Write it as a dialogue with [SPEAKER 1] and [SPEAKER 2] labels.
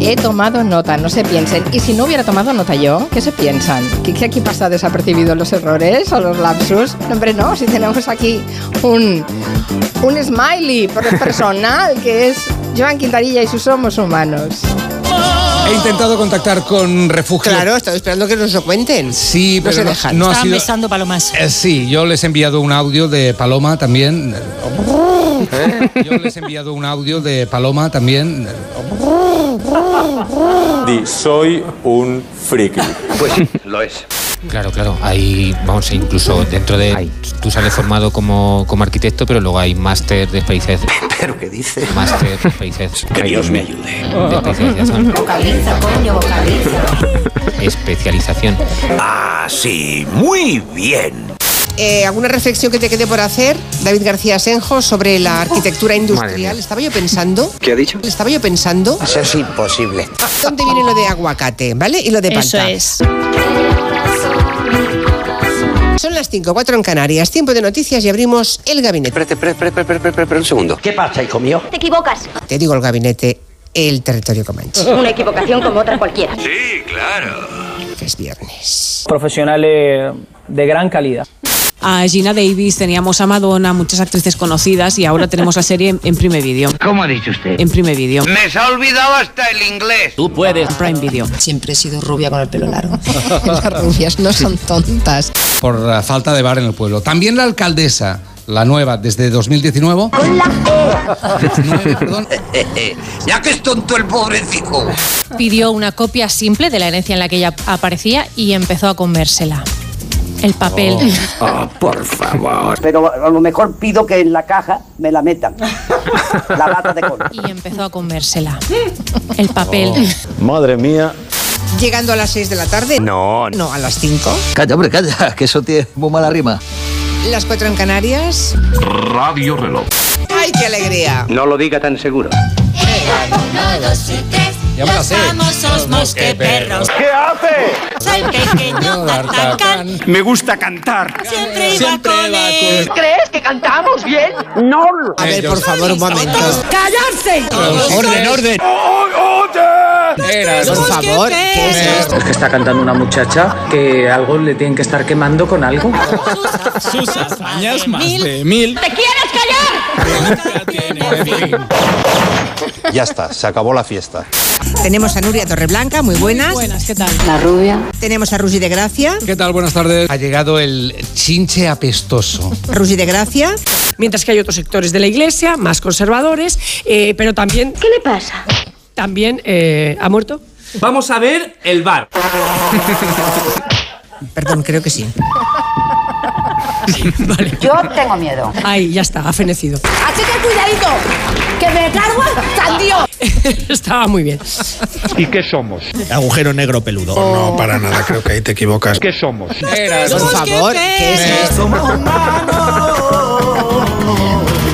[SPEAKER 1] he tomado nota, no se piensen. Y si no hubiera tomado nota yo, ¿qué se piensan? ¿Que, que aquí pasa desapercibido los errores o los lapsus? No, hombre, no, si tenemos aquí un, un smiley personal que es Joan Quintanilla y sus Somos Humanos.
[SPEAKER 2] He intentado contactar con Refugio.
[SPEAKER 3] Claro, estaba esperando que nos lo cuenten.
[SPEAKER 2] Sí,
[SPEAKER 3] No
[SPEAKER 2] pero
[SPEAKER 3] se
[SPEAKER 2] no,
[SPEAKER 3] dejan.
[SPEAKER 2] no ha
[SPEAKER 4] Estaban
[SPEAKER 2] sido-
[SPEAKER 4] besando palomas.
[SPEAKER 2] Eh, sí, yo les he enviado un audio de Paloma también. Yo les he enviado un audio de Paloma también. eh,
[SPEAKER 5] Di, soy un friki.
[SPEAKER 6] Pues lo es.
[SPEAKER 7] Claro, claro. Hay, vamos, incluso dentro de. Tú sales formado como, como arquitecto, pero luego hay máster de experiencia.
[SPEAKER 6] ¿Pero qué dice?
[SPEAKER 7] Máster de experiencia.
[SPEAKER 6] Que Dios me ayude.
[SPEAKER 7] De especialización.
[SPEAKER 8] Vocaliza, coño, vocaliza.
[SPEAKER 7] Especialización.
[SPEAKER 6] Así, muy bien.
[SPEAKER 3] Eh, ¿Alguna reflexión que te quede por hacer, David García Senjo, sobre la arquitectura industrial? Estaba yo pensando.
[SPEAKER 6] ¿Qué ha dicho?
[SPEAKER 3] Estaba yo pensando.
[SPEAKER 6] Eso es imposible.
[SPEAKER 3] ¿Dónde viene lo de aguacate, vale? Y lo de
[SPEAKER 4] Eso
[SPEAKER 3] palta.
[SPEAKER 4] es.
[SPEAKER 3] Son las 5, 4 en Canarias. Tiempo de noticias y abrimos el gabinete.
[SPEAKER 6] Espérate, espérate, espérate, espérate, espérate un segundo.
[SPEAKER 9] ¿Qué pasa, hijo mío?
[SPEAKER 8] Te equivocas.
[SPEAKER 3] Te digo el gabinete, el territorio comanche,
[SPEAKER 8] Una equivocación como otra cualquiera.
[SPEAKER 6] Sí, claro.
[SPEAKER 3] que es viernes.
[SPEAKER 10] Profesionales de gran calidad.
[SPEAKER 4] A Gina Davis teníamos a Madonna, muchas actrices conocidas y ahora tenemos la serie en, en Prime Video.
[SPEAKER 9] ¿Cómo ha dicho usted?
[SPEAKER 4] En Prime Video.
[SPEAKER 9] Me se ha olvidado hasta el inglés. Tú puedes.
[SPEAKER 4] En Prime Video.
[SPEAKER 1] Siempre he sido rubia con el pelo largo.
[SPEAKER 3] Las rubias no son tontas.
[SPEAKER 2] por la falta de bar en el pueblo. También la alcaldesa, la nueva desde 2019,
[SPEAKER 8] Con la
[SPEAKER 2] nueva, perdón,
[SPEAKER 9] ya que es tonto el pobrecito.
[SPEAKER 4] Pidió una copia simple de la herencia en la que ella aparecía y empezó a comérsela. El papel.
[SPEAKER 9] Pero a lo mejor pido que en la caja me la metan. La lata de cola.
[SPEAKER 4] Y empezó a comérsela. El papel.
[SPEAKER 5] Oh. Madre mía.
[SPEAKER 3] Llegando a las 6 de la tarde.
[SPEAKER 6] No,
[SPEAKER 3] No, a las 5.
[SPEAKER 9] Calla, hombre, calla, que eso tiene muy mala rima.
[SPEAKER 3] Las 4 en Canarias.
[SPEAKER 5] Radio reloj.
[SPEAKER 3] ¡Ay, qué alegría!
[SPEAKER 6] no lo diga tan seguro.
[SPEAKER 2] ya me la sé. ¡Qué perros!
[SPEAKER 5] ¿Qué hace? Me gusta cantar.
[SPEAKER 2] Siempre va con-
[SPEAKER 8] ¿Crees que cantamos bien?
[SPEAKER 3] A ver, por favor, un momento.
[SPEAKER 2] Orden, orden. Era,
[SPEAKER 3] Por favor, ¿qué es esto?
[SPEAKER 10] Es que está cantando una muchacha que algo le tienen que estar quemando con algo.
[SPEAKER 2] sus hazañas más de mil.
[SPEAKER 8] ¿Te quieres callar?
[SPEAKER 6] Ya está, se acabó la fiesta.
[SPEAKER 3] Tenemos a Nuria Torreblanca, muy buenas.
[SPEAKER 4] Buenas, ¿qué tal?
[SPEAKER 3] Tenemos a Rusi de Gracia.
[SPEAKER 2] ¿Qué tal? Buenas tardes. Ha llegado el chinche apestoso.
[SPEAKER 3] Rusi de Gracia.
[SPEAKER 10] Mientras que hay otros sectores de la iglesia, más conservadores, eh, pero también,
[SPEAKER 8] ¿Qué le pasa?
[SPEAKER 10] también eh, ha muerto.
[SPEAKER 9] Vamos a ver el bar.
[SPEAKER 3] Perdón, creo que sí.
[SPEAKER 8] Yo tengo miedo.
[SPEAKER 10] Ay, ya está, ha fenecido.
[SPEAKER 8] Así que cuidadito, que me cargo al sandío.
[SPEAKER 10] Estaba muy bien.
[SPEAKER 5] ¿Y qué somos?
[SPEAKER 11] Agujero negro peludo. No, para nada, creo que ahí te equivocas.
[SPEAKER 5] ¿Qué somos?
[SPEAKER 2] Era,
[SPEAKER 3] Por favor, ¿qué es esto?